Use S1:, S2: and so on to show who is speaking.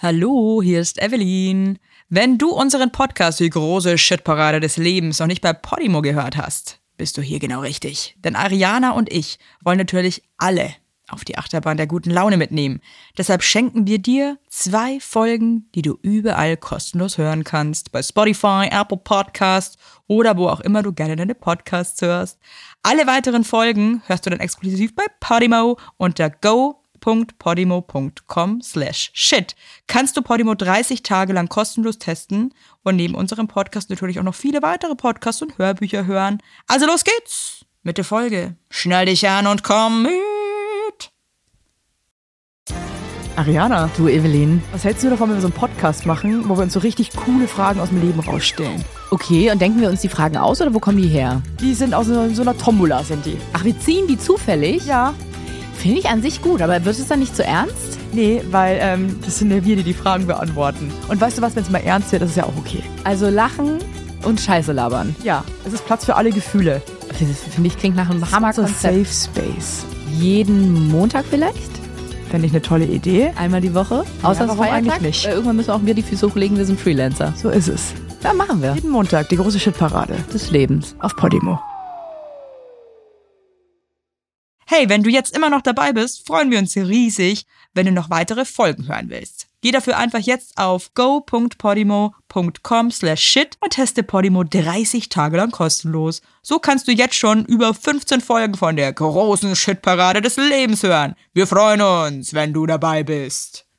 S1: Hallo, hier ist Evelyn. Wenn du unseren Podcast Die große Shitparade des Lebens noch nicht bei Podimo gehört hast, bist du hier genau richtig. Denn Ariana und ich wollen natürlich alle auf die Achterbahn der guten Laune mitnehmen. Deshalb schenken wir dir zwei Folgen, die du überall kostenlos hören kannst. Bei Spotify, Apple Podcasts oder wo auch immer du gerne deine Podcasts hörst. Alle weiteren Folgen hörst du dann exklusiv bei Podimo unter go www.podimo.com slash shit kannst du Podimo 30 Tage lang kostenlos testen und neben unserem Podcast natürlich auch noch viele weitere Podcasts und Hörbücher hören. Also los geht's mit der Folge. Schnall dich an und komm mit.
S2: Ariana, du Evelyn, was hältst du davon, wenn wir so einen Podcast machen, wo wir uns so richtig coole Fragen aus dem Leben rausstellen?
S3: Okay, und denken wir uns die Fragen aus oder wo kommen die her?
S2: Die sind aus so, so einer Tombola, sind die.
S3: Ach, wir ziehen die zufällig?
S2: Ja.
S3: Finde ich an sich gut, aber wird es dann nicht zu ernst?
S2: Nee, weil ähm, das sind ja wir, die die Fragen beantworten. Und weißt du was, wenn es mal ernst wird, das ist ja auch okay.
S3: Also lachen und Scheiße labern.
S2: Ja, es ist Platz für alle Gefühle.
S3: Das, Für mich klingt nach einem
S2: so ein
S3: Hammerkonzept.
S2: Safe Space.
S3: Jeden Montag vielleicht?
S2: Fände ich eine tolle Idee.
S3: Einmal die Woche? Außer
S2: warum
S3: es Feiertag?
S2: eigentlich nicht?
S3: Äh, Irgendwann müssen wir auch wir die Füße hochlegen, wir sind Freelancer.
S2: So ist es.
S3: Ja, machen wir.
S2: Jeden Montag die große Shitparade
S3: Des Lebens.
S2: auf Podimo.
S1: Hey, wenn du jetzt immer noch dabei bist, freuen wir uns riesig, wenn du noch weitere Folgen hören willst. Geh dafür einfach jetzt auf go.podimo.com slash shit und teste Podimo 30 Tage lang kostenlos. So kannst du jetzt schon über 15 Folgen von der großen Shitparade des Lebens hören. Wir freuen uns, wenn du dabei bist.